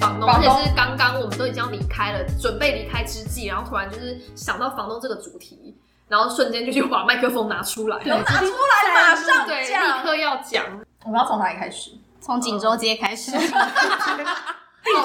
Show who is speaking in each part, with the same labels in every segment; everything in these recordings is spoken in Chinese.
Speaker 1: 而且是刚刚我们都已经要离开了，准备离开之际，然后突然就是想到房东这个主题，然后瞬间就去把麦克风拿出 来，
Speaker 2: 能拿出来马上
Speaker 1: 对，
Speaker 2: 讲
Speaker 1: 立。刻要讲。
Speaker 2: 我们要从哪里开始？
Speaker 3: 从锦州街 开始，
Speaker 2: 地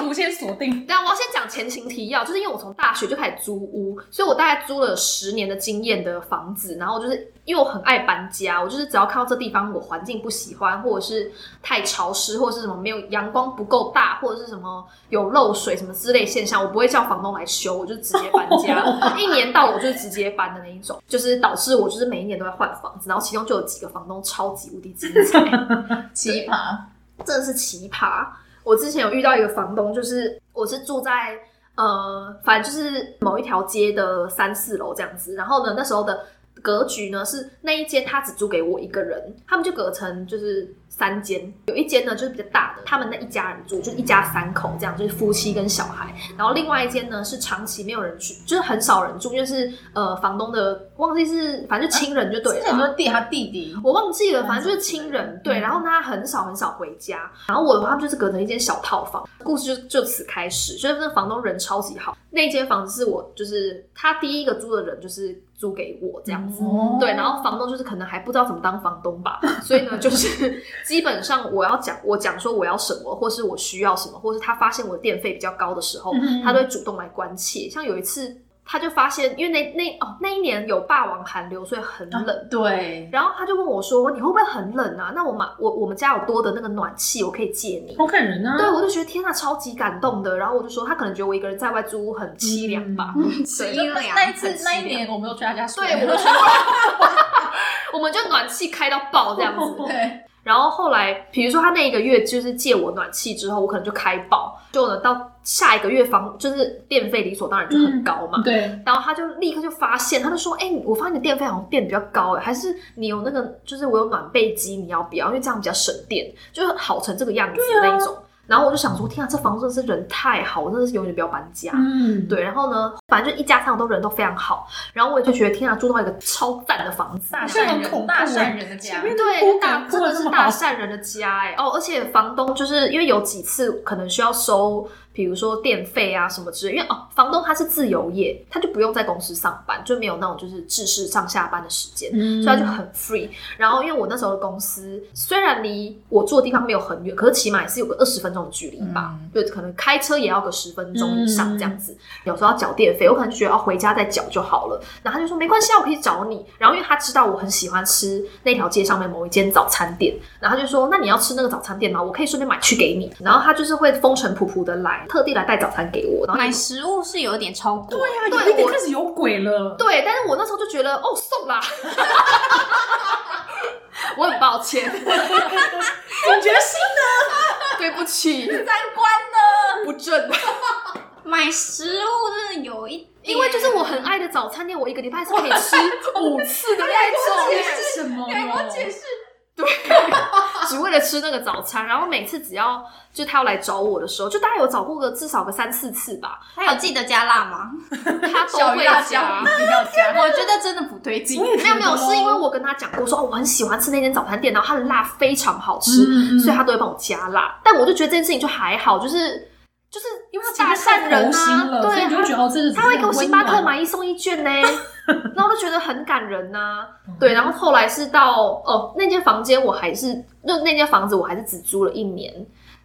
Speaker 2: 图先锁 定。
Speaker 1: 但我要先讲前情提要，就是因为我从大学就开始租屋，所以我大概租了十年的经验的房子。然后就是因为我很爱搬家，我就是只要看到这地方我环境不喜欢，或者是太潮湿，或者是什么没有阳光不够大，或者是什么有漏水什么之类现象，我不会叫房东来修，我就直接搬 家。一年到我就是直接搬的那一种，就是导致我就是每一年都在换房子，然后其中就有几个房东超级无敌精彩。
Speaker 2: 奇葩，
Speaker 1: 真的是奇葩。我之前有遇到一个房东，就是我是住在呃，反正就是某一条街的三四楼这样子。然后呢，那时候的格局呢是那一间他只租给我一个人，他们就隔成就是三间，有一间呢就是比较大的，他们那一家人住，就是一家三口这样，就是夫妻跟小孩。然后另外一间呢是长期没有人住，就是很少人住，因为是呃房东的忘记是反正就亲人就
Speaker 2: 之
Speaker 1: 对了。啊
Speaker 2: 前说弟他弟弟，
Speaker 1: 我忘记了，反正就是亲人对，然后呢，他很少很少回家，然后我的话就是隔成一间小套房，故事就就此开始。所以那房东人超级好，那间房子是我就是他第一个租的人，就是租给我这样子。
Speaker 2: 哦
Speaker 1: 对，然后房东就是可能还不知道怎么当房东吧， 所以呢，就是基本上我要讲，我讲说我要什么，或是我需要什么，或是他发现我的电费比较高的时候，
Speaker 2: 嗯
Speaker 1: 他都会主动来关切。像有一次，他就发现，因为那那哦那一年有霸王寒流，所以很冷。
Speaker 2: 对，
Speaker 1: 然后他就问我说：“你会不会很冷啊？那我买我我们家有多的那个暖气，我可以借你。
Speaker 2: 好感人啊
Speaker 1: 对，我就觉得天呐，超级感动的。然后我就说，他可能觉得我一个人在外租屋很凄凉吧。
Speaker 2: 嗯
Speaker 3: 凄
Speaker 1: 对，
Speaker 3: 凉
Speaker 2: 那一次
Speaker 3: 很
Speaker 2: 那一
Speaker 3: 凄凉
Speaker 2: 年我们都去他家睡，
Speaker 1: 对，我们就我 们就暖气开到爆这样子。
Speaker 2: 对，
Speaker 1: 然后后来，比如说他那一个月就是借我暖气之后，我可能就开爆，就呢到下一个月房就是电费理所当然就很高嘛。
Speaker 2: 对，
Speaker 1: 然后他就立刻就发现，他就说：“哎、我发现你的电费好像变得比较高，哎，还是你有那个，就是我有暖被机，你要不要？因为这样比较省电，就是好成这个样子那一种。然后我就想说，天啊，这房子真的是人太好，我真的是永远不要搬家。
Speaker 2: 嗯，
Speaker 1: 对，然后呢，反正就一家三口都人都非常好，然后我也就觉得天啊，住到一个超赞的房子，
Speaker 2: 大
Speaker 3: 这
Speaker 2: 善
Speaker 3: 很
Speaker 2: 人，
Speaker 3: 恐怖
Speaker 2: 大
Speaker 1: 欸
Speaker 2: 善人的家
Speaker 3: 前，面
Speaker 1: 对，大
Speaker 2: 铺
Speaker 1: 真
Speaker 2: 得
Speaker 1: 的
Speaker 2: 这
Speaker 1: 是
Speaker 2: 么
Speaker 1: 大
Speaker 2: 好
Speaker 1: 善人的家哎、哦，而且房东就是因为有几次可能需要收，比如说电费啊什么之类，因为哦，房东他是自由业，他就不用在公司上班，就没有那种就是制式上下班的时间。
Speaker 2: 嗯
Speaker 1: 所以他就很 free。然后因为我那时候的公司虽然离我住的地方没有很远，可是起码也是有个二十分钟的距离吧，
Speaker 2: 嗯
Speaker 1: 对，可能开车也要个十分钟以上这样子。有时候要缴电费，我可能就觉得哦回家再缴就好了。然后他就说没关系啊，我可以找你。然后因为他知道我很喜欢吃那条街上面某一间早餐店，然后他就说那你要吃那个早餐店吗？我可以顺便买去给你。然后他就是会风尘仆仆的来，特地来带早餐给我，然后也
Speaker 3: 买食物是有点超过，
Speaker 2: 对呀，啊
Speaker 1: 对
Speaker 2: 有一点
Speaker 1: 我
Speaker 2: 开始有鬼了，
Speaker 1: 对，但是我那时候就觉得哦，送啦， 我很抱歉，
Speaker 2: 总觉得心
Speaker 1: 对不起，
Speaker 2: 三观呢，
Speaker 1: 不正，
Speaker 3: 买食物真的有一点，
Speaker 1: 因为就是我很爱的早餐店，我一个礼拜是可以吃五次的那一种，
Speaker 2: 释什么？
Speaker 3: 给我解释，
Speaker 1: 只为了吃那个早餐。然后每次只要就他要来找我的时候，就大概有找过个至少个三四次吧，
Speaker 3: 还有记得加辣吗？
Speaker 1: 他都
Speaker 3: 哦
Speaker 2: 小
Speaker 1: 会
Speaker 2: 于大 家
Speaker 1: 加。
Speaker 2: 一定要加，
Speaker 3: 啊我觉得真的不对劲，
Speaker 1: 没有没有，是因为我跟他讲过说，哦，我很喜欢吃那间早餐店，然后它的辣非常好吃，
Speaker 2: 嗯嗯嗯
Speaker 1: 所以他都会帮我加辣。但我就觉得这件事情就还好，就是就是因为大善人啊，
Speaker 2: 所以
Speaker 1: 对，
Speaker 2: 你就觉得哦这是
Speaker 1: 他会给我星巴克买一送一券呢， 然后我就觉得很感人呐、
Speaker 2: 嗯
Speaker 1: 对，然后后来是到哦那间房间，我还是就那间房子我还是只租了一年，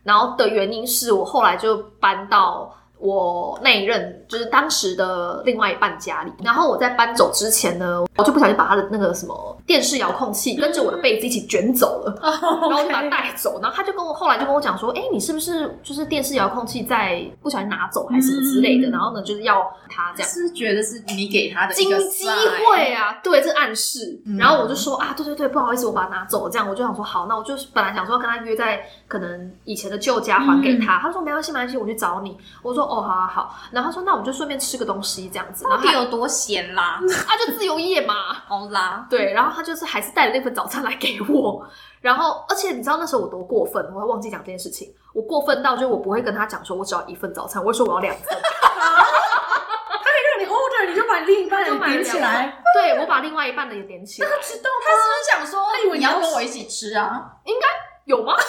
Speaker 1: 然后的原因是我后来就搬到。我那一任就是当时的另外一半家里，然后我在搬走之前呢，我就不小心把他的那个什么电视遥控器跟着
Speaker 2: 嗯
Speaker 1: 我的被子一起卷走了。 然后我就把它带走，然后他就跟我后来就跟我讲说，哎、你是不是就是电视遥控器在不小心拿走还是什么之类的？
Speaker 2: 嗯
Speaker 1: 然后呢，就是要他这样。
Speaker 2: 是觉得是你给他的一
Speaker 1: 金
Speaker 2: 个
Speaker 1: 机会啊，对，这暗示。
Speaker 2: 嗯
Speaker 1: 然后我就说啊，对对对，不好意思，我把它拿走了。这样我就想说，好，那我就本来想说要跟他约在可能以前的旧家还给
Speaker 2: 嗯
Speaker 1: 他。他说没关系，没关系，我去找你。我说哦，好好好。然后他说那我们就顺便吃个东西这样子。然
Speaker 3: 到
Speaker 1: 后
Speaker 3: 底
Speaker 1: 他
Speaker 3: 有多咸啦？
Speaker 2: 嗯
Speaker 1: 啊，就自由业嘛，
Speaker 3: 好啦，
Speaker 1: 对，然后他就是还是带了那份早餐来给我，然后而且你知道那时候我多过分，我还忘记讲这件事情，我过分到就是我不会跟他讲说我只要一份早餐，我会说我要两份，
Speaker 2: 哎让你 order，你就把另一半
Speaker 1: 就
Speaker 2: 的
Speaker 1: 买
Speaker 2: 点起来。
Speaker 1: 对我把另外一半的也点起来，
Speaker 2: 知道
Speaker 3: 他是不是想说
Speaker 2: 他以为你要跟我一起吃啊？
Speaker 1: 有吗？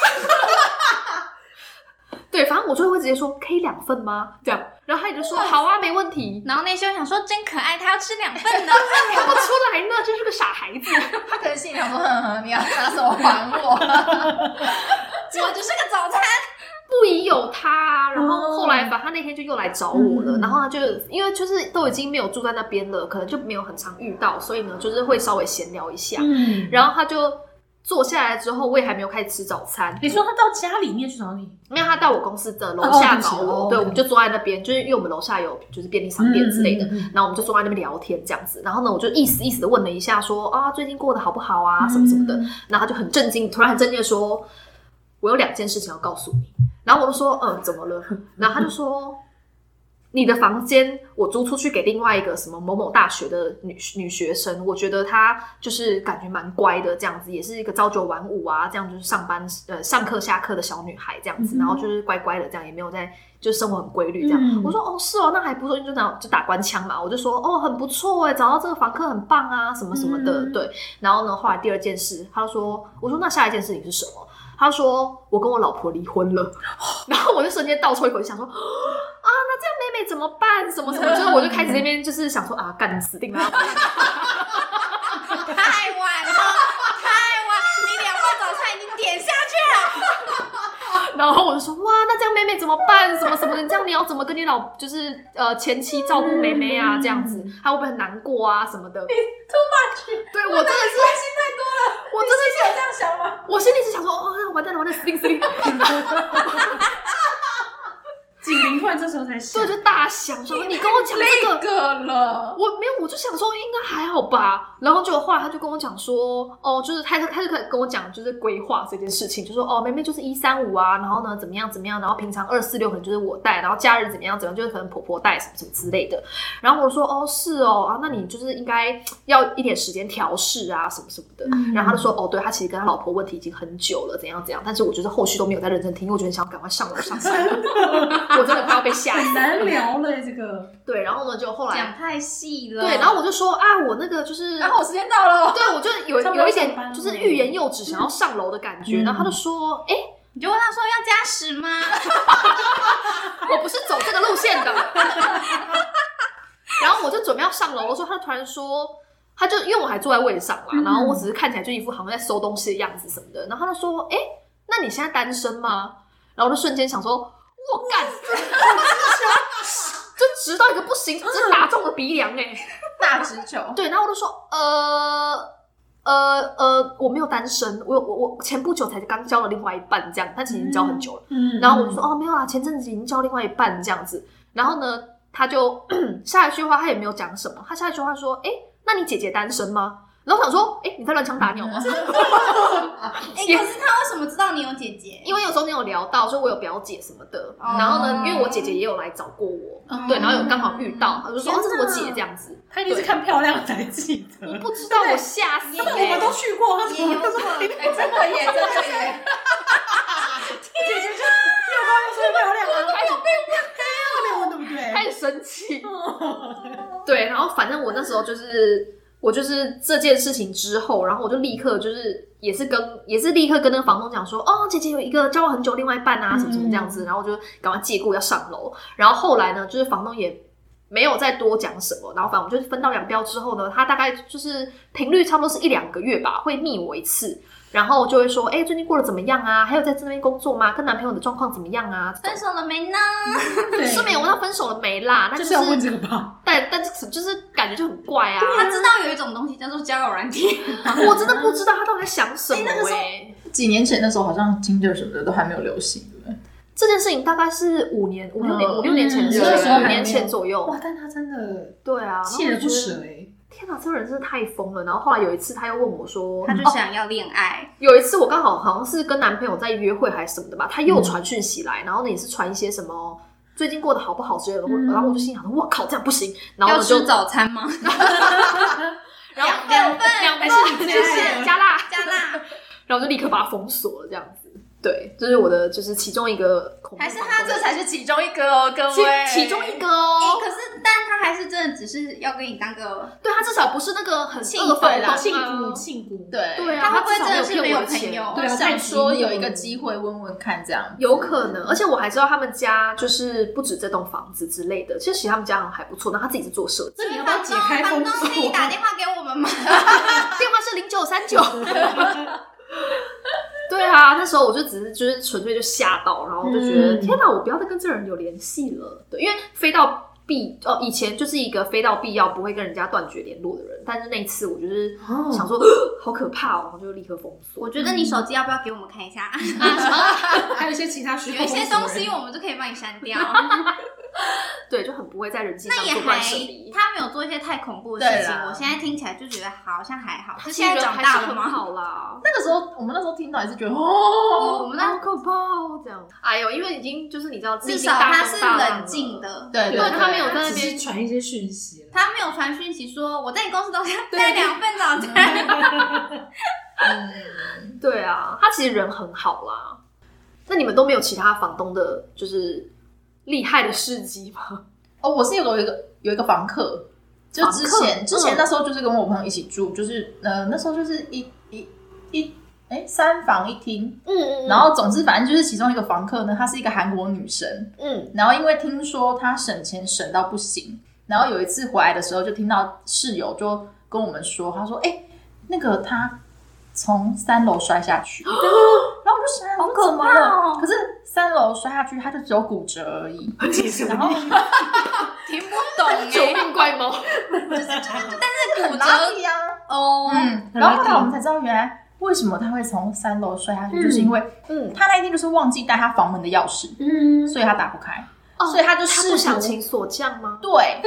Speaker 1: 对，反正我就会直接说可以两份吗？这样，然后他也就说好啊，没问题。
Speaker 3: 然后内心想说真可爱，他要吃两份 呢。
Speaker 2: 啊
Speaker 1: 看不出来呢，真是个傻孩子。
Speaker 3: 他可能心里想说，呵呵你要拿什么还 我？结果就是个早餐。
Speaker 1: 不疑有他啊，然后后来
Speaker 2: 哦
Speaker 1: 反正他那天就又来找我了，
Speaker 2: 嗯
Speaker 1: 然后他就因为就是都已经没有住在那边了，可能就没有很常遇到，所以呢就是会稍微闲聊一下，
Speaker 2: 嗯，
Speaker 1: 然后他就坐下来之后，我也还没有开始吃早餐，
Speaker 2: 你说他到家里面去找你，
Speaker 1: 没有他到我公司的楼下找
Speaker 2: 哦
Speaker 1: 我，
Speaker 2: 哦
Speaker 1: 对，
Speaker 2: 哦
Speaker 1: 我们就坐在那边，就是因为我们楼下有就是便利商店之类
Speaker 2: 嗯
Speaker 3: 嗯
Speaker 1: 的，然后我们就坐在那边聊天这样子，然后呢，我就意思意思的问了一下说，啊最近过得好不好啊，什么什么的，
Speaker 2: 嗯
Speaker 1: 然后他就很震惊，突然很震惊的说：“我有两件事情要告诉你。”然后我就说：“嗯，怎么了？”然后他就说：“嗯你的房间我租出去给另外一个什么某某大学的女女学生，我觉得她就是感觉蛮乖的，这样子也是一个朝九晚五啊，这样就是上班呃上课下课的小女孩这样子，
Speaker 2: 嗯
Speaker 1: 然后就是乖乖的这样，也没有在就是生活很规律这样。
Speaker 2: 嗯
Speaker 1: 我说：“哦，是哦，那还不错，就打就打官腔嘛。”我就说：“哦，很不错哎，找到这个房客很棒啊，什么什么的。
Speaker 2: 嗯
Speaker 1: 对，然后呢，后来第二件事，他就说，我说那下一件事情是什么？他说我跟我老婆离婚了，然后我就瞬间倒抽一口气，想说啊，那这样妹妹怎么办？什么什么？就是我就开始那边就是想说啊， 干死定了。
Speaker 3: 太晚了，太晚！你两份早餐已经点下去了。
Speaker 1: 然后我就说哇，那这样妹妹怎么办？什么什么的？这样你要怎么跟你老就是呃前妻照顾妹妹啊？这样子，她会不会很难过啊？什么的？对我真的是
Speaker 2: 担心太多了，
Speaker 1: 我真的
Speaker 2: 你有这样想吗？
Speaker 1: 我心里是想说，哦，完蛋了，完蛋了，死定死定！
Speaker 2: 警铃突然这时候才响
Speaker 1: 所以，我就大想说，你跟我讲这个，
Speaker 2: 个了，
Speaker 1: 我没有，我就想说应该还好吧。然后就后来他就跟我讲说，哦，就是他就他就开始跟我讲就是规划这件事情，就说哦，妹妹就是一三五啊，然后呢怎么样怎么样，然后平常二四六可能就是我带，然后假日怎么样怎么样，就是可能婆婆带什么什么之类的。然后我说哦是哦啊，那你就是应该要一点时间调试啊什么什么的。
Speaker 2: 嗯
Speaker 1: 然后他就说哦，对他其实跟他老婆问题已经很久了，怎样怎样，但是我就是后续都没有在认真听，因为我觉得想赶快上楼 上山，我真的快要被吓
Speaker 2: 很
Speaker 1: 死。
Speaker 2: 难聊了这个。
Speaker 1: 对，然后呢就后来
Speaker 3: 讲太细了。
Speaker 1: 对，然后我就说啊，我那个就是，
Speaker 3: 我时间到了，
Speaker 1: 对我就有
Speaker 2: 差不多
Speaker 1: 有一
Speaker 2: 上班
Speaker 1: 点
Speaker 2: 了
Speaker 1: 就是欲言又止，想要上楼的感觉。
Speaker 2: 嗯
Speaker 1: 然后他就说，哎、
Speaker 3: 你就问他说要加时吗？
Speaker 1: 我不是走这个路线的。 然后我就准备要上楼的时候，他就突然说，他就因为我还坐在位置上嘛，
Speaker 2: 嗯
Speaker 1: 然后我只是看起来就一副好像在收东西的样子什么的。然后他就说，哎、那你现在单身吗？然后我就瞬间想说，我干， 就直到一个不行，这打中了鼻梁哎、
Speaker 3: 大直球。
Speaker 1: 对，然后我就说，呃呃呃，我没有单身，我有我我前不久才刚交了另外一半这样，但其实已经交很久了。
Speaker 2: 嗯
Speaker 1: 然后我就说，哦，没有啦，前阵子已经交另外一半这样子。然后呢，他就 下一句话他也没有讲什么，他下一句话说，哎，那你姐姐单身吗？然后我想说，哎，你在乱枪打鸟 吗？
Speaker 3: 哎，可是他为什么知道你有姐姐？
Speaker 1: 因为有时候你有聊到，说我有表姐什么的，
Speaker 3: 哦
Speaker 1: 然后呢，因为我姐姐也有来找过我，
Speaker 2: 哦
Speaker 1: 对，然后有刚好遇到，他就说，哦，
Speaker 2: 天
Speaker 1: 这是我
Speaker 2: 哪
Speaker 1: 姐这样子，
Speaker 2: 他一定是看漂亮才记得。
Speaker 1: 我不知道，我吓死欸
Speaker 3: 因
Speaker 1: 了，
Speaker 3: 为
Speaker 2: 我们都去过，他
Speaker 3: 也
Speaker 2: 怎么
Speaker 3: 有
Speaker 2: 他怎
Speaker 3: 错，
Speaker 2: 么姐姐
Speaker 3: 哎，真的耶，真的耶。
Speaker 2: 就又高又帅又漂亮啊？
Speaker 1: 开始
Speaker 2: 他没有问对不对？
Speaker 1: 开始生气，
Speaker 2: 嗯
Speaker 1: 对，然后反正我那时候就是我就是这件事情之后，然后我就立刻就是也是跟也是立刻跟那个房东讲说，哦，姐姐有一个交往很久另外一半啊，什么什么这
Speaker 2: 嗯
Speaker 1: 样子，然后我就赶快借故要上楼，然后后来呢，就是房东也。没有再多讲什么，然后反正我们就是分道扬镳之后呢，他大概就是频率差不多是一两个月吧，会密我一次，然后就会说，哎、最近过得怎么样啊？还有在这边工作吗？跟男朋友的状况怎么样啊？这
Speaker 3: 分
Speaker 1: 种
Speaker 3: 手了没呢？
Speaker 2: 对，
Speaker 1: 是没有，那分手了没啦？那
Speaker 2: 就
Speaker 1: 就是
Speaker 2: 要问这个吧。
Speaker 1: 但但是就是感觉就很怪啊！
Speaker 3: 他知道有一种东西叫做交友软体。
Speaker 4: 啊
Speaker 1: 我真的不知道他到底在想什
Speaker 4: 哎
Speaker 1: 么、欸。
Speaker 4: 几年前那时候好像 Tinder 什么的都还没有流行，对不对？
Speaker 1: 这件事情大概是五年、五六年、
Speaker 4: 嗯
Speaker 1: 五六年前的事，
Speaker 4: 那时候还
Speaker 1: 五
Speaker 4: 没
Speaker 1: 年
Speaker 4: 有
Speaker 1: 前左右。
Speaker 2: 哇，但他真的
Speaker 1: 对啊，
Speaker 2: 锲而不舍
Speaker 1: 然
Speaker 4: 欸
Speaker 1: 后我就觉得。
Speaker 2: 哎。
Speaker 1: 天哪，这个人真的太疯了。然后后来有一次，他又问我说，
Speaker 3: 他就
Speaker 1: 哦
Speaker 3: 想要恋爱，
Speaker 1: 有一次我刚好好像是跟男朋友在约会还是什么的吧，他
Speaker 4: 嗯
Speaker 1: 又传讯息来，然后呢也是传一些什么最近过得好不好之类的，
Speaker 2: 嗯
Speaker 1: 然后我就心想说，哇靠，这样不行。然后
Speaker 3: 要
Speaker 1: 我就
Speaker 3: 吃早餐 吗？
Speaker 1: 然后
Speaker 3: 两份
Speaker 1: 两
Speaker 3: 还
Speaker 1: 还
Speaker 3: 是
Speaker 1: 是
Speaker 3: 你
Speaker 1: 你
Speaker 3: 最爱
Speaker 1: 加辣，
Speaker 3: 加辣。
Speaker 1: 然后我就立刻把他封锁了，这样子。对，这、是我的就是其中一个恐怖
Speaker 3: 还是
Speaker 1: 房
Speaker 3: 他
Speaker 1: 东
Speaker 3: 这才是其中一个哦，各位，
Speaker 1: 其其中一个
Speaker 3: 哎、
Speaker 1: 哦，
Speaker 3: 可是但他还是真的只是要跟你当个，
Speaker 1: 对他至少不是那个很
Speaker 3: 庆
Speaker 1: 恶
Speaker 3: 对
Speaker 1: 粉
Speaker 3: 啦嗯
Speaker 2: 庆姑，庆姑，
Speaker 4: 嗯对
Speaker 1: 对啊，
Speaker 3: 他会不会
Speaker 1: 至少
Speaker 3: 真的是
Speaker 1: 没
Speaker 3: 没
Speaker 1: 有骗
Speaker 3: 有
Speaker 1: 我
Speaker 3: 朋
Speaker 1: 钱
Speaker 3: 友？
Speaker 4: 对，
Speaker 2: 我看
Speaker 4: 我想说
Speaker 2: 题目
Speaker 4: 有一个机会问问看，这样
Speaker 1: 有可能，而且我还知道他们家就是不止这栋房子之类的，其实其实他们家好像还不错，然后他自己是做设计，
Speaker 2: 这你要不要
Speaker 3: 房
Speaker 2: 解
Speaker 3: 东，
Speaker 2: 开
Speaker 3: 房
Speaker 2: 封
Speaker 3: 东可以
Speaker 2: 锁？
Speaker 3: 打电话给我们吗？
Speaker 1: 电话是零九三九。 对啊，那时候我就只是就是纯粹就吓到，然后就觉得、
Speaker 2: 嗯
Speaker 1: 天哪，我不要再跟这个人有联系了。对，因为飞到必哦，以前就是一个飞到必要不会跟人家断绝联络的人，但是那一次我就是
Speaker 2: 哦
Speaker 1: 想说、好可怕哦，然后就立刻封锁。
Speaker 3: 我觉得你手机要不要给我们看一下？
Speaker 4: 哦
Speaker 2: 还有一些其他需要
Speaker 3: 有一些
Speaker 2: 封锁
Speaker 3: 东
Speaker 2: 的人
Speaker 3: 西我们就可以帮你删掉。
Speaker 1: 对，就很不会在人际
Speaker 3: 那
Speaker 1: 上
Speaker 3: 也
Speaker 1: 做
Speaker 3: 还
Speaker 1: 断舍离，。
Speaker 3: 他没有做一些太恐怖的事
Speaker 4: 对
Speaker 3: 情
Speaker 4: 啦，
Speaker 3: 我现在听起来就觉得好像还好。就
Speaker 1: 其
Speaker 3: 现
Speaker 1: 实
Speaker 3: 在
Speaker 1: 人
Speaker 3: 长
Speaker 1: 还
Speaker 3: 大
Speaker 1: 是
Speaker 3: 了
Speaker 1: 很
Speaker 3: 吗？
Speaker 1: 好啦，
Speaker 4: 那个时候我们那时候听到也是觉得哦，
Speaker 3: 我们那
Speaker 1: 可怕哦，这样。哎呦，因为已经就是你知道，
Speaker 3: 至少他是冷静，的，
Speaker 4: 对
Speaker 1: 对
Speaker 4: 对，
Speaker 1: 他没有在那
Speaker 2: 只是
Speaker 1: 边。
Speaker 2: 传一些讯息了。
Speaker 3: 他没有传讯息说我在你公司都带两份早餐。
Speaker 4: 嗯
Speaker 1: 对啊，他其实人很好啦。那你们都没有其他房东的，就是厉害的事迹吗？
Speaker 4: 哦，我是有个有一个有一个房客，就之
Speaker 1: 房客
Speaker 4: 前之前
Speaker 1: 嗯
Speaker 4: 那时候就是跟我朋友一起住，就是呃那时候就是一一一哎三房一厅，
Speaker 1: 嗯嗯
Speaker 4: 然后总之反正就是其中一个房客呢，她是一个韩国女生，
Speaker 1: 嗯，
Speaker 4: 然后因为听说她省钱省到不行，然后有一次回来的时候就听到室友就跟我们说，她说哎、那个她从三楼摔下 去，然后我就想
Speaker 3: 好
Speaker 4: 我说
Speaker 3: 可
Speaker 4: 怎么
Speaker 3: 怕
Speaker 4: 了
Speaker 3: 哦
Speaker 4: 可是三楼摔下去她就只有骨折而已，然后。
Speaker 3: 听不懂哎、
Speaker 1: 九命怪猫，
Speaker 3: 骨折
Speaker 4: 很呀、啊。
Speaker 3: 哦，
Speaker 4: 嗯，
Speaker 2: 很
Speaker 4: 然后后
Speaker 2: lucky
Speaker 4: 来我们才知道，原来为什么他会从三楼摔下去，
Speaker 1: 嗯
Speaker 4: 就是因为
Speaker 1: 嗯，
Speaker 4: 他那一天就是忘记带他房门的钥匙，
Speaker 2: 嗯，
Speaker 4: 所以他打不开。
Speaker 1: 哦
Speaker 4: 所以他就
Speaker 1: 他
Speaker 4: 试
Speaker 1: 不想
Speaker 4: 图
Speaker 1: 请锁匠吗？
Speaker 4: 对，
Speaker 2: 啊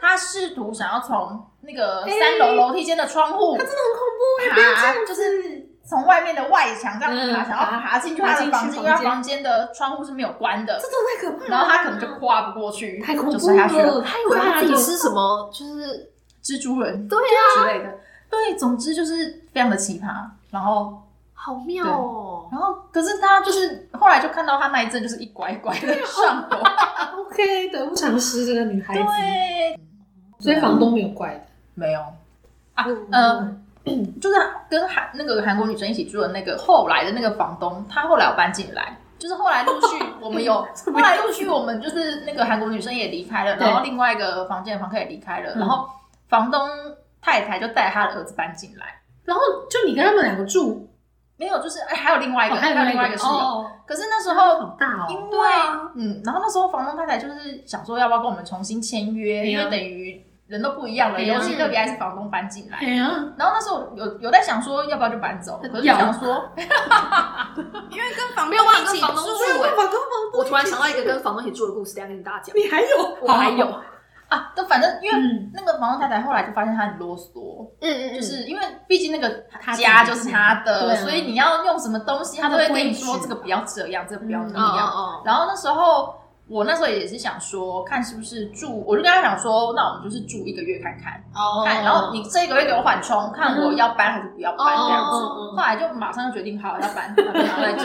Speaker 4: 他试图想要从那
Speaker 2: 哎
Speaker 4: 个三楼楼梯间的窗户，他真的很恐怖爬，就是从外面的外墙这样爬，
Speaker 2: 嗯
Speaker 4: 想要爬进去他的
Speaker 2: 爬
Speaker 4: 房
Speaker 2: 进去
Speaker 4: 间，因为他
Speaker 2: 房间
Speaker 4: 房间的窗户是没有关的
Speaker 2: 这。真的太可怕了。
Speaker 4: 然后他可能就跨不过去，
Speaker 2: 太恐
Speaker 4: 就
Speaker 2: 怖
Speaker 4: 摔下去了。
Speaker 2: 了，
Speaker 1: 他以为他自己是什么，就是
Speaker 4: 蜘蛛人
Speaker 1: 对
Speaker 2: 啊
Speaker 4: 之类的，对，总之就是非常的奇葩。然后
Speaker 1: 好妙哦。
Speaker 4: 然后，可是他就是后来就看到他那一阵就是一拐一拐的 上楼，
Speaker 2: OK，得不偿失这个女孩子，
Speaker 4: 对，嗯
Speaker 2: 所以房东没有怪的。
Speaker 4: 没有啊，
Speaker 2: 嗯
Speaker 4: 呃， 就是跟韩那个韩国女生一起住的那个后来的那个房东，他后来有搬进来，就是后来陆续我 们有，后来陆续我们就是那个韩国女生也离开了，
Speaker 2: 对
Speaker 4: 然后另外一个房间的房客也离开了，
Speaker 2: 嗯
Speaker 4: 然后房东太太就带她的儿子搬进来，
Speaker 2: 然后就你跟他们两个住，
Speaker 4: 没有，就是哎还有另外一个，
Speaker 2: 哦还有
Speaker 4: 有另外一个室友，
Speaker 2: 哦，
Speaker 4: 可是那时候
Speaker 2: 好大哦，
Speaker 4: 因为
Speaker 3: 对啊
Speaker 4: 嗯，然后那时候房东太太就是想说要不要跟我们重新签约，
Speaker 2: 对
Speaker 4: 因
Speaker 2: 啊
Speaker 4: 为等于人都不一样了，
Speaker 2: 对
Speaker 4: 尤
Speaker 2: 啊
Speaker 4: 其特别还是房东搬进来。
Speaker 2: 哎呀，
Speaker 4: 然后那时候有有在想说要不要就搬走，可是
Speaker 2: 要
Speaker 4: 想说
Speaker 3: 因为跟房
Speaker 1: 没有
Speaker 3: 东
Speaker 1: 办
Speaker 3: 一
Speaker 1: 法
Speaker 3: 起
Speaker 1: 跟房东
Speaker 3: 住，
Speaker 1: 住哎
Speaker 2: 房东房东，
Speaker 1: 我突然想到一个跟房东一起住的故事，等一下跟大家讲。
Speaker 2: 你还有，
Speaker 1: 我还有，
Speaker 4: 啊，都反正因为
Speaker 2: 嗯，
Speaker 4: 那个房东太太后来就发现她很啰嗦，
Speaker 1: 嗯嗯，
Speaker 4: 就
Speaker 1: 嗯
Speaker 4: 是因为毕竟那个
Speaker 2: 她
Speaker 4: 家就是她
Speaker 2: 对
Speaker 4: 的，
Speaker 2: 啊
Speaker 4: 所以你要用什么东西，她都会跟你说
Speaker 2: 她的规矩
Speaker 4: 这个不要这样，这个不要
Speaker 2: 嗯
Speaker 1: 哦
Speaker 4: 那样。
Speaker 1: 哦哦，
Speaker 4: 然后那时候我那时候也是想说，看是不是住，我就跟她讲说，那我们就是住一个月看看。
Speaker 1: 哦
Speaker 4: 看，然后你这个月给我缓冲，看我要搬还是不要搬这样子。
Speaker 1: 哦
Speaker 4: 后来就马上就决定好要搬，然后就来 找，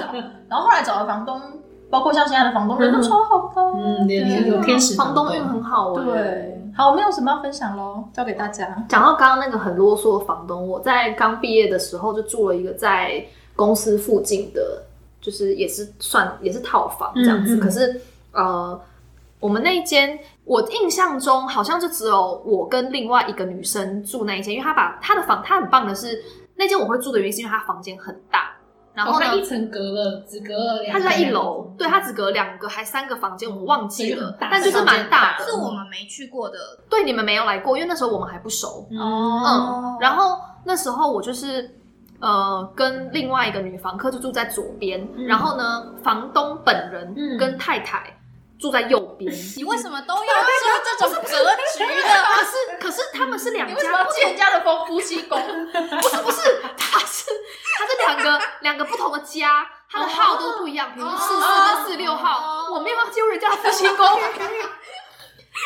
Speaker 4: 然后后来找了房东，包括像现在的房东人都超好的。
Speaker 2: 嗯，连连
Speaker 4: 对啊
Speaker 2: 有天使
Speaker 1: 房东
Speaker 2: 东
Speaker 1: 运很好哎。
Speaker 4: 对，好，我没有什么要分享喽，交给大家。
Speaker 1: 讲到刚刚那个很啰嗦的房东，我在刚毕业的时候就住了一个在公司附近的，就是也是算也是套房这样
Speaker 2: 嗯
Speaker 1: 子。
Speaker 2: 嗯
Speaker 1: 可是呃，我们那一间我印象中好像就只有我跟另外一个女生住那一间，因为她把她的房，她很棒的是那间我会住的原因是因为她房间很大，然
Speaker 2: 哦，
Speaker 1: 后呢
Speaker 2: 它，一层隔了，只隔了两，
Speaker 1: 她就在一楼，对，她只隔两个还三个房间，我忘记
Speaker 2: 所以
Speaker 1: 了
Speaker 2: 很，大
Speaker 1: 但就是蛮大的
Speaker 3: 是。我们没去过的
Speaker 1: 对，你们没有来过，因为那时候我们还不熟。
Speaker 2: 哦，
Speaker 1: 嗯，然后那时候我就是呃跟另外一个女房客就住在左边，
Speaker 2: 嗯
Speaker 1: 然后呢房东本人
Speaker 2: 嗯
Speaker 1: 跟太太住在右边。
Speaker 3: 你为什么都要说这种格局的？
Speaker 1: 可是可是他们是两
Speaker 4: 你
Speaker 1: 家
Speaker 4: 为什么要
Speaker 1: 不
Speaker 4: 借人家的风夫妻宫？
Speaker 1: 不是不是，他是他是两个两个不同的家，他的号都不一样，比如四四跟四六号，我没有要进入人家的夫妻宫。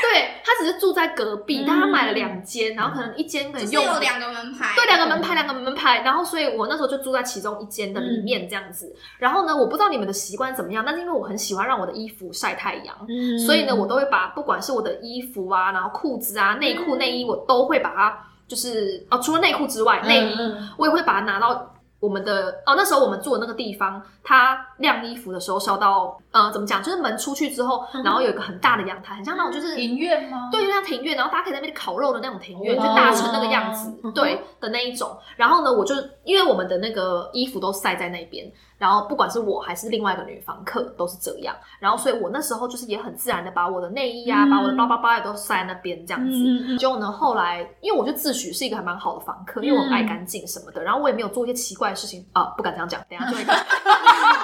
Speaker 1: 对他只是住在隔壁，但他买了两间，然后可能一间可能
Speaker 3: 就是
Speaker 1: 用
Speaker 3: 有两个门牌，
Speaker 1: 对，两个门牌，两个门牌。然后，所以我那时候就住在其中一间的里面这样子。然后呢，我不知道你们的习惯怎么样，但是因为我很喜欢让我的衣服晒太阳，
Speaker 4: 嗯
Speaker 1: 所以呢，我都会把不管是我的衣服啊，然后裤子啊、内裤、内衣，我都会把它就是哦，除了内裤之外，内衣
Speaker 2: 嗯
Speaker 1: 我也会把它拿到我们的哦，那时候我们住的那个地方，它晾衣服的时候是要到呃，怎么讲，就是门出去之后，然后有一个很大的阳台，很像那种就是
Speaker 4: 庭院吗？
Speaker 1: 对，就像庭院，然后大家可以在那边烤肉的那种庭院，
Speaker 4: 哦
Speaker 1: 就大成那个样子，对的那一种。然后呢，我就因为我们的那个衣服都晒在那边，然后不管是我还是另外一个女房客都是这样。然后所以我那时候就是也很自然的把我的内衣啊，把我的包包包也都晒在那边
Speaker 2: 嗯
Speaker 1: 这样子。结果呢，后来因为我就自诩是一个还蛮好的房客，因为我很爱干净什么的，然后我也没有做一些奇怪的事情啊，不敢这样讲，等一下就会。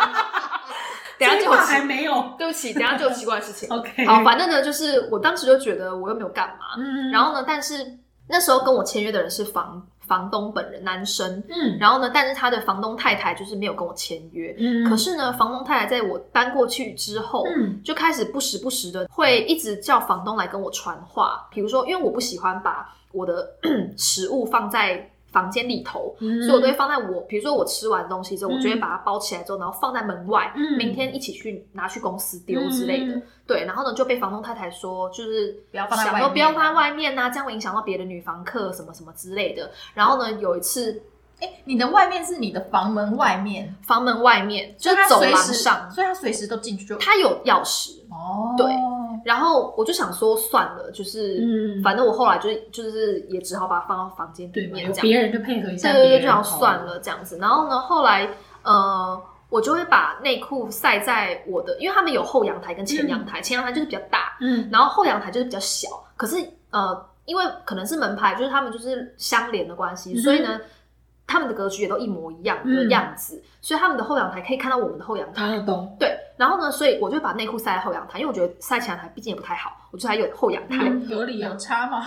Speaker 1: 等一下
Speaker 2: 这
Speaker 1: 就
Speaker 2: 一
Speaker 1: 有
Speaker 2: 块
Speaker 1: 奇
Speaker 2: 还，没有
Speaker 1: 对不起，等一下就有奇怪的事情。
Speaker 2: OK。
Speaker 1: 好，反正呢，就是我当时就觉得我又没有干嘛，
Speaker 2: 嗯，
Speaker 1: 然后呢，但是那时候跟我签约的人是房房东本人，男生，
Speaker 2: 嗯
Speaker 1: 然后呢，但是他的房东太太就是没有跟我签约，
Speaker 2: 嗯
Speaker 1: 可是呢，房东太太在我搬过去之后。
Speaker 2: 嗯
Speaker 1: 就开始不时不时的会一直叫房东来跟我传话，比如说，因为我不喜欢把我的 食物放在房间里头，
Speaker 2: 嗯
Speaker 1: 所以我都会放在我，比如说我吃完东西之后，我就会把它包起来之后，然后放在门外，
Speaker 2: 嗯
Speaker 1: 明天一起去拿去公司丢之类的。
Speaker 2: 嗯
Speaker 1: 对，然后呢就被房东太太说，就是
Speaker 4: 不要放在外面
Speaker 1: 想说不要放在外面啊呐、这样会影响到别的女房客什么什么之类的。然后呢，有一次
Speaker 4: 哎，你的外面是你的房门外面，
Speaker 1: 房门外面就是
Speaker 4: 所以他
Speaker 1: 走
Speaker 4: 随
Speaker 1: 廊
Speaker 4: 时
Speaker 1: 上，
Speaker 4: 所以他随时都进去就
Speaker 1: 他有钥匙，
Speaker 4: 哦，
Speaker 1: 对然后我就想说算了，就是、
Speaker 2: 嗯
Speaker 1: 反正我后来就就是也只好把它放到房间
Speaker 2: 对
Speaker 1: 里
Speaker 2: 嘛，
Speaker 1: 面
Speaker 2: 有
Speaker 1: 这样。
Speaker 2: 别人就配合一下别
Speaker 1: 对对
Speaker 2: 人，
Speaker 1: 对，就想算了这样子。然后呢，后来呃，我就会把内裤晒在我的，因为他们有后阳台跟前阳台，前阳台就是比较大，
Speaker 2: 嗯，
Speaker 1: 然后后阳台就是比较小。可是呃，因为可能是门牌，就是他们就是相连的关系，
Speaker 2: 嗯
Speaker 1: 所以呢，他们的格局也都一模一样的
Speaker 2: 嗯
Speaker 1: 样子，所以他们的后阳台可以看到我们的后阳台。
Speaker 2: 他要懂，
Speaker 1: 对，然后呢，所以我就把内裤晒在后阳台，因为我觉得晒前阳台毕竟也不太好，我就还有后阳台。
Speaker 2: 嗯有理
Speaker 4: 有
Speaker 2: 啊，
Speaker 4: 差吗？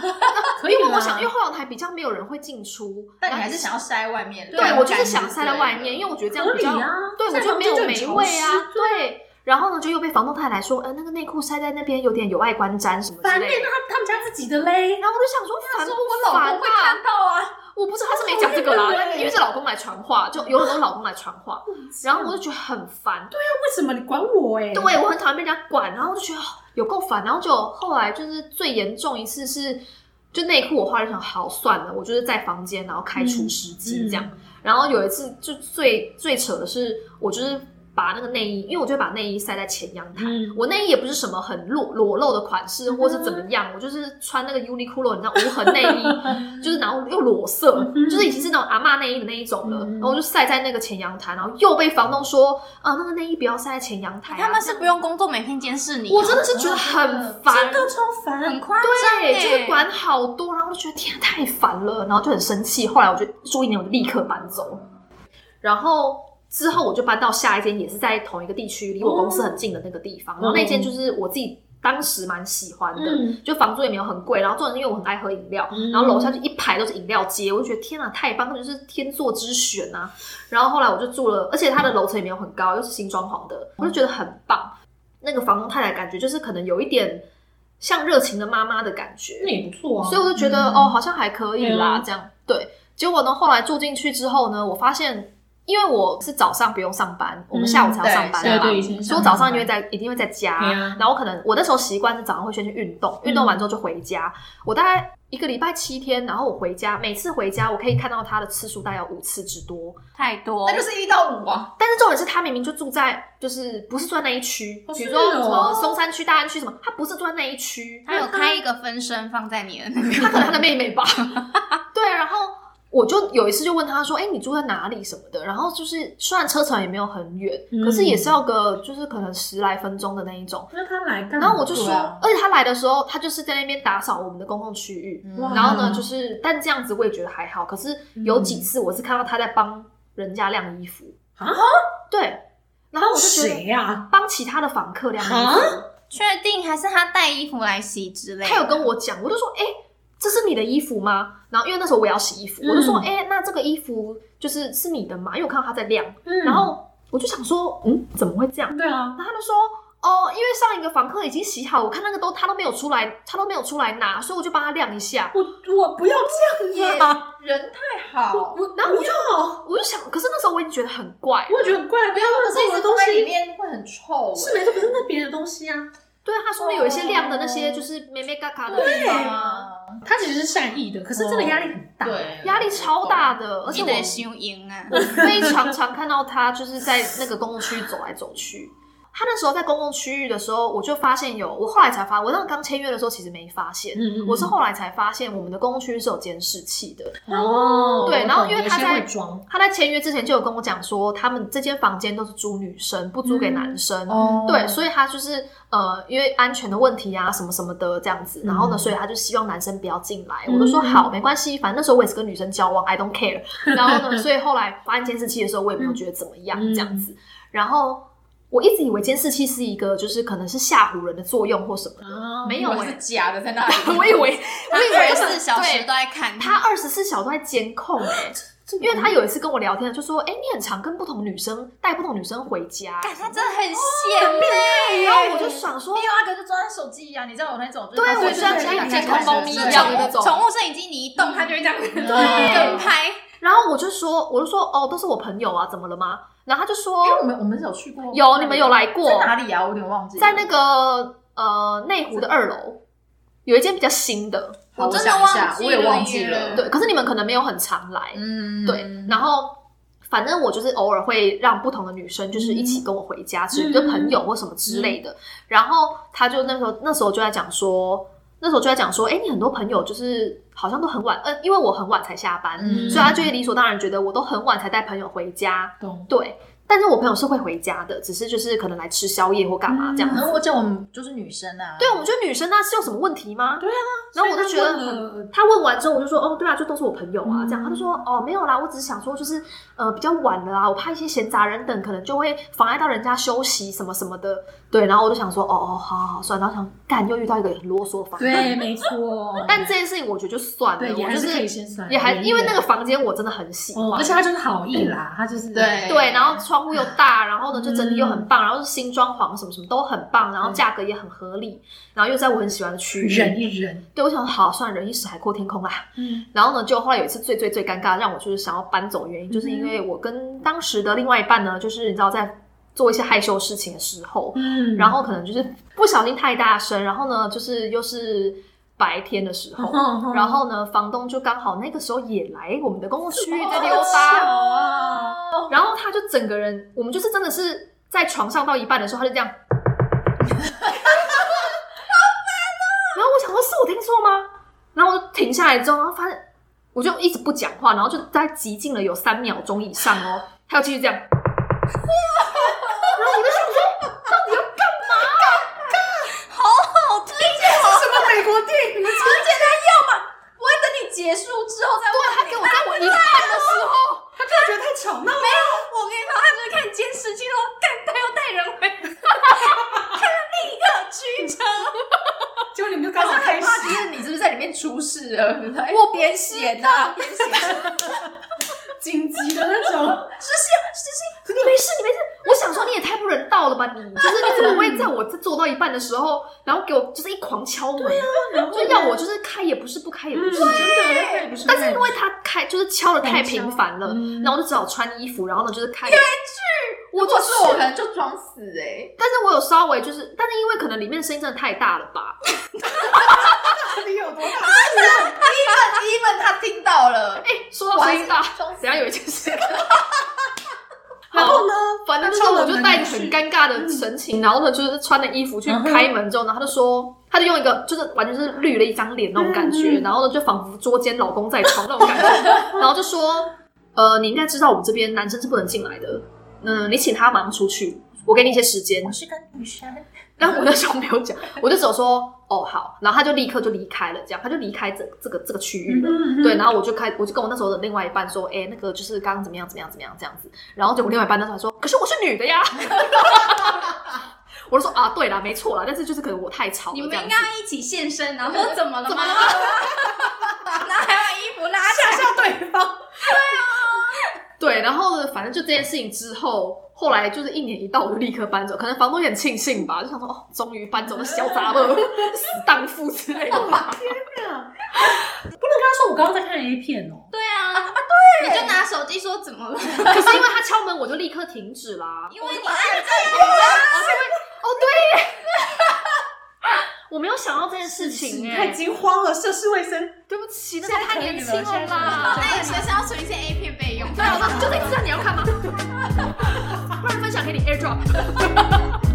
Speaker 2: 可以
Speaker 1: 因为
Speaker 2: 啦
Speaker 1: 我想，因为后阳台比较没有人会进出，
Speaker 4: 但你
Speaker 1: 然后
Speaker 4: 还是想要塞外面，
Speaker 1: 对，我就是想晒在外面，因为我觉得这样比较，
Speaker 2: 合理啊
Speaker 1: 对我
Speaker 2: 晒
Speaker 1: 就
Speaker 2: 房
Speaker 1: 没
Speaker 2: 间
Speaker 1: 有
Speaker 2: 就很
Speaker 1: 霉
Speaker 2: 潮
Speaker 1: 味
Speaker 2: 湿
Speaker 1: 啊，对。然后呢，就又被房东太太说，呃，那个内裤晒在那边有点有碍观瞻什么之
Speaker 2: 反
Speaker 1: 类
Speaker 2: 正
Speaker 1: 的。
Speaker 2: 那他他们家自己的嘞，
Speaker 1: 然后我就想说，烦
Speaker 4: 说
Speaker 1: 不
Speaker 3: 哦
Speaker 4: 我老
Speaker 1: 烦
Speaker 4: 公会
Speaker 1: 啊？
Speaker 4: 看到啊，
Speaker 1: 我不知道他是没讲这个啦，
Speaker 2: 对
Speaker 1: 但因为是老公来传话，就有很多老公来传话，然后我就觉得很烦。
Speaker 2: 那为什么你管我哎？
Speaker 1: 对，我很讨厌被人家管，然后我就觉得哦有够烦，然后就后来就是最严重一次是，就内裤我后来就想好算了，我就是在房间然后开
Speaker 2: 嗯
Speaker 1: 除湿机这样，然后有一次就最最扯的是，我就是把那个内衣，因为我就把内衣晒在前阳台。
Speaker 2: 嗯，
Speaker 1: 我内衣也不是什么很裸裸露的款式，或是怎么样，我就是穿那个 Uniqlo，你知道无痕内衣，就是然后又裸色，
Speaker 2: 嗯
Speaker 1: 就是已经是那种阿嬷内衣的那一种了，
Speaker 2: 嗯
Speaker 1: 然后我就晒在那个前阳台，然后又被房东说啊，那个内衣不要晒在前阳台啊、
Speaker 2: 哎
Speaker 3: 他们是不用工作，每天监视你哦，
Speaker 1: 我真的是觉得很烦
Speaker 2: 真，的超烦
Speaker 3: 很，夸张
Speaker 1: 对，
Speaker 3: 欸，
Speaker 1: 就是管好多，然后我就觉得天啊太烦了，然后就很生气。后来我就住一年，我就立刻搬走，然后之后我就搬到下一间，也是在同一个地区，离我公司很近的那个地方。然后那间就是我自己当时蛮喜欢的，
Speaker 2: 嗯
Speaker 1: 就房租也没有很贵，然后重点是因为我很爱喝饮料，
Speaker 2: 嗯
Speaker 1: 然后楼下就一排都是饮料街，我就觉得天啊太棒，那就是天作之选啊。然后后来我就住了，而且它的楼层也没有很高，又是新装潢的，我就觉得很棒。那个房东太太感觉就是可能有一点像热情的妈妈的感
Speaker 2: 那
Speaker 1: 觉，
Speaker 2: 也不错啊，
Speaker 1: 所以我就觉得、
Speaker 4: 嗯
Speaker 1: 哦，好像还可以啦，
Speaker 2: 嗯
Speaker 1: 这样对。啊结果呢，后来住进去之后呢，我发现，因为我是早上不用上班，我们下午才要上班
Speaker 2: 对
Speaker 1: 嘛，
Speaker 2: 对，以前
Speaker 1: 所以我早上因为在一定会在家，
Speaker 2: 啊对啊嗯
Speaker 1: 然后可能我那时候习惯是早上会先去运动，运动完之后就回家。我大概一个礼拜七天，然后我回家，每次回家我可以看到他的次数大概有五次之多。
Speaker 3: 太多，
Speaker 4: 那就是一到五啊，
Speaker 1: 但是重点是他明明就住在就是不是住在那一区，
Speaker 2: 哦
Speaker 1: 比如
Speaker 2: 是
Speaker 1: 说
Speaker 2: 哦
Speaker 1: 什么松山区、大安区什么，他不是住在那一区，
Speaker 3: 他有开一个分身放在你的那
Speaker 1: 他可能
Speaker 3: 个，
Speaker 1: 他的妹妹 吧。对，然后我就有一次就问他说：“哎、你住在哪里什么的？”然后就是虽然车程也没有很远，
Speaker 2: 嗯
Speaker 1: 可是也是要个就是可能十来分钟的那一种。
Speaker 2: 那他来干嘛，
Speaker 1: 然后我就说
Speaker 4: 对啊，
Speaker 1: 而且他来的时候，他就是在那边打扫我们的公共区域。
Speaker 4: 嗯
Speaker 2: 哇
Speaker 1: 然后呢，就是但这样子我也觉得还好。可是有
Speaker 2: 嗯
Speaker 1: 几次我是看到他在帮人家晾衣服
Speaker 2: 啊，
Speaker 1: 对，然后我就觉
Speaker 2: 谁啊
Speaker 1: 得
Speaker 2: 呀？
Speaker 1: 帮其他的访客晾衣服，
Speaker 3: 确定还是他带衣服来洗之类的？
Speaker 1: 他有跟我讲，我就说，哎、这是你的衣服吗？然后因为那时候我也要洗衣服，我就说，
Speaker 2: 嗯
Speaker 1: 哎、那这个衣服就是是你的吗？因为我看到他在晾，
Speaker 2: 嗯
Speaker 1: 然后我就想说，嗯，怎么会这样？
Speaker 2: 对啊，
Speaker 1: 然后他们说，哦，因为上一个房客已经洗好，我看那个都他都没有出来，他都没有出来拿，所以我就帮他晾一下。
Speaker 2: 我我不要这 样啊！
Speaker 4: 人太好，
Speaker 2: 我
Speaker 1: 然后我就
Speaker 2: 要，
Speaker 1: 我就想，可是那时候我已经觉得很怪，
Speaker 2: 我也觉得很怪，不要
Speaker 4: 可
Speaker 2: 乱
Speaker 4: 是
Speaker 2: 动
Speaker 4: 一
Speaker 2: 我的
Speaker 4: 直
Speaker 2: 东
Speaker 4: 放在里
Speaker 2: 西。
Speaker 4: 面会很臭、欸
Speaker 2: 是没错，可是那别人的东西啊，
Speaker 1: 对他说的有一些晾的那些就是妹妹嘎嘎的地
Speaker 2: 对
Speaker 1: 方啊，
Speaker 2: 他其实是善意的，可是真的压力很大。
Speaker 4: 对，
Speaker 1: 压力超大的，而且
Speaker 3: 你
Speaker 1: 我
Speaker 3: 得修赢啊！
Speaker 1: 我非常常看到他就是在那个公共区域走来走去。他那时候在公共区域的时候，我就发现有，我后来才发，我那个刚签约的时候其实没发现，
Speaker 2: 嗯嗯嗯
Speaker 1: 我是后来才发现我们的公共区域是有监视器的。
Speaker 2: 哦，
Speaker 1: 对
Speaker 2: 我
Speaker 1: 然后
Speaker 2: 懂
Speaker 1: 因为
Speaker 2: 有
Speaker 1: 他
Speaker 2: 些
Speaker 1: 在
Speaker 2: 会装，
Speaker 1: 他在签约之前就有跟我讲说，他们这间房间都是租女生，不租给男生。
Speaker 4: 哦
Speaker 1: 对，所以他就是呃，因为安全的问题啊，什么什么的这样子，然后呢，
Speaker 2: 嗯
Speaker 1: 所以他就希望男生不要进来。
Speaker 2: 嗯
Speaker 1: 我就说好，没关系，反正那时候我也是跟女生交往，I don't care。然后呢，所以后来发现监视器的时候，我也没有觉得怎么样、
Speaker 2: 嗯
Speaker 1: 这样子。然后我一直以为监视器是一个就是可能是吓唬人的作用或什么的，
Speaker 2: 哦
Speaker 1: 没有
Speaker 4: 我是
Speaker 1: 哎、
Speaker 4: 假的在那里，
Speaker 1: 我以为
Speaker 3: 他
Speaker 1: 我以
Speaker 3: 二
Speaker 1: 为
Speaker 3: 十四小时
Speaker 1: 对
Speaker 3: 都在看
Speaker 1: 他，二十四小时都在监控哎、因为他有一次跟我聊天，就说：“哎、你很常跟不同女生带不同女生回 家。
Speaker 3: 干他真的很欸闲呢。
Speaker 1: 然后我就想说
Speaker 4: 没，有阿哥就装在手机一啊样，你知道有那种，
Speaker 1: 对我
Speaker 4: 知
Speaker 1: 知
Speaker 4: 道
Speaker 1: 道
Speaker 4: 像
Speaker 1: 像养
Speaker 4: 养健
Speaker 1: 健
Speaker 4: 康
Speaker 1: 康猫
Speaker 4: 猫咪
Speaker 1: 咪
Speaker 4: 一
Speaker 1: 一
Speaker 4: 样
Speaker 1: 样
Speaker 4: 的
Speaker 1: 的
Speaker 4: 那
Speaker 1: 那种。
Speaker 4: 种
Speaker 3: 宠物摄影机你一动，他就会这样跟拍。
Speaker 1: 然后我就说，我就说，哦，都是我朋友啊，怎么了吗？然后他就说
Speaker 4: 因，哎为我们我们是有去过，
Speaker 1: 有你们有来过
Speaker 4: 在，哪里啊？我有点忘记了，
Speaker 1: 在那个呃内湖的二楼有一间比较新的，
Speaker 4: 好
Speaker 3: 我真的
Speaker 4: 想一下
Speaker 3: 忘记
Speaker 4: 我也
Speaker 3: 了
Speaker 4: 忘记
Speaker 3: 耶
Speaker 4: 了，
Speaker 1: 对，可是你们可能没有很常来，
Speaker 4: 嗯
Speaker 1: 对，然后。反正我就是偶尔会让不同的女生就是一
Speaker 2: 嗯
Speaker 1: 起跟我回家，之类就朋友或什么之类的。然后他就那时候那时候就在讲说，那时候就在讲说，哎、你很多朋友就是好像都很晚，呃，因为我很晚才下班，
Speaker 4: 嗯
Speaker 1: 所以他就会理所当然觉得我都很晚才带朋友回家，
Speaker 2: 懂，
Speaker 1: 对，但是我朋友是会回家的，只是就是可能来吃宵夜或干嘛这样
Speaker 2: 嗯
Speaker 4: 然
Speaker 1: 子。
Speaker 4: 后我讲我们就是女生啊，
Speaker 1: 对，我们觉得女生那是有什么问题吗？
Speaker 2: 对啊。
Speaker 1: 然后我就觉得
Speaker 2: 所以他问了
Speaker 1: 很，他问完之后我就说，哦，对啊，就都是我朋友啊，
Speaker 2: 嗯
Speaker 1: 这样。他就说，哦，没有啦，我只是想说，就是呃比较晚了啊，我怕一些闲杂人等可能就会妨碍到人家休息什么什么的。对，然后我就想说，哦哦，好好好，算了。然后想，干又遇到一个很啰嗦房，。
Speaker 2: 对，没错。
Speaker 1: 但这件事情我觉得就算了，
Speaker 2: 对，也
Speaker 1: 我
Speaker 2: 还
Speaker 1: 就是
Speaker 2: 可以先算，
Speaker 1: 也还
Speaker 2: 远一
Speaker 1: 因为
Speaker 2: 点
Speaker 1: 那个房间我真的很喜欢，
Speaker 2: 哦，而且他就是好意啦，他就是
Speaker 4: 对
Speaker 1: 对，然后窗户又大，然后呢
Speaker 2: 哎嗯
Speaker 1: 就整体又很棒，然后是新装潢什么什么都很棒，然后价格也很合理，然后又在我很喜欢的区域。
Speaker 2: 忍一忍，
Speaker 1: 对我想好，算了，忍一时海阔天空啦。
Speaker 2: 嗯，
Speaker 1: 然后呢，就后来有一次最最最尴尬，让我就是想要搬走的原因，就是
Speaker 2: 嗯
Speaker 1: 因为我跟当时的另外一半呢，就是你知道在做一些害羞事情的时候，
Speaker 2: 嗯
Speaker 1: 然后可能就是不小心太大声，然后呢就是又是白天的时候。
Speaker 2: 后
Speaker 1: 然后呢，房东就刚好那个时候也来我们的公共区域在
Speaker 2: 哦
Speaker 1: 溜达，然后他就整个人，我们就是真的是在床上到一半的时候，他就这样。然后我想说，是我听错吗？然后我就停下来之后，然后发现我就一直不讲话，然后就在极静了有三秒钟以上哦，他又继续这样。然后我就想说，
Speaker 3: 好哦推荐，
Speaker 2: 什么美国电影？
Speaker 3: 我会等你结束之后再问。
Speaker 1: 对，他给我在我一半的时候，
Speaker 2: 他真的觉得太吵闹了，
Speaker 3: 我跟你说，他就是看监视器说，干他又带人回，他立刻驱车。
Speaker 2: 结果你们就刚好
Speaker 4: 害
Speaker 2: 开始，
Speaker 4: 怕，觉得你是不是在里面出事了？
Speaker 3: 我边写的，边写，
Speaker 2: 紧急的那种，
Speaker 1: 你没事，你没事。我想说你也太不人道了吧，你就是你怎么会在我做到一半的时候，然后给我就是一狂敲门，就要我就是开也不是，不开也不
Speaker 2: 嗯，
Speaker 1: 是。
Speaker 2: 真的，不是
Speaker 1: 但是因为他开就是敲的太频繁了
Speaker 2: 狂敲嗯，
Speaker 1: 然后我就只好穿衣服，然后呢就是开。越剧，我
Speaker 4: 如
Speaker 1: 就
Speaker 4: 果是我，可
Speaker 1: 是，
Speaker 4: 能就装死哎，
Speaker 1: 但是我有稍微就是，但是因为可能里面的声音真的太大了吧，
Speaker 2: 到底有多大？
Speaker 4: even 他听到了，
Speaker 1: 哎，说到声音大，
Speaker 4: 装死
Speaker 1: 等一下有一件事，
Speaker 2: 然后呢？
Speaker 1: 反正就是我就带着很尴尬的神情，
Speaker 2: 嗯
Speaker 1: 然后呢就是穿了衣服去开门之后呢，他就说。他就用一个就是完全是绿了一张脸那种感觉，
Speaker 2: 嗯嗯
Speaker 1: 然后呢就仿佛捉奸老公在床那种感 觉，然后就说：“呃，你应该知道我们这边男生是不能进来的，嗯，你请他马上出去，我给你一些时间。”
Speaker 4: 是个女生，
Speaker 1: 但我那时候没有讲，我就只有说哦好，然后他就立刻就离开了，这样他就离开这这个这个区域了。
Speaker 2: 嗯
Speaker 1: 对，然后我就开，我就跟我那时候的另外一半说，哎、那个就是刚刚怎么样怎么样怎么样这样子，然后结果另外一半那时候还说，可是我是女的呀， 我就说啊，对啦，没错啦，但是就是可能我太吵了，
Speaker 3: 你们
Speaker 1: 这样
Speaker 3: 应
Speaker 1: 子
Speaker 3: 该要一起现身， 然后说怎么了吗？ 然后还把衣服拉起来，
Speaker 2: 吓吓对方，
Speaker 1: 对，然后呢，反正就这件事情之后，后来就是一年一到，我就立刻搬走。可能房东也很庆幸吧，就想说哦，终于搬走了小杂了， 死荡妇之类的吧。
Speaker 2: 天啊！不能跟他说我刚刚在看 A 片哦。
Speaker 3: 对啊，啊对，你就拿手机说怎么了？
Speaker 1: 可是因为他敲门，我就立刻停止啦。
Speaker 3: 因为你按这
Speaker 1: 哦，对耶，我没有想到这件事情
Speaker 2: 你
Speaker 1: 哎、
Speaker 2: 太惊慌了，涉世未深。
Speaker 1: 对不起，那
Speaker 2: 现在
Speaker 1: 太
Speaker 2: 可以
Speaker 1: 年
Speaker 2: 了
Speaker 1: 轻
Speaker 2: 现在
Speaker 1: 了
Speaker 2: 是
Speaker 1: 哎啦。
Speaker 3: 那你随身要存一些 A 片备 用。
Speaker 1: 啊对啊，我说就这一次啊，你要看吗？不然分享给你 AirDrop。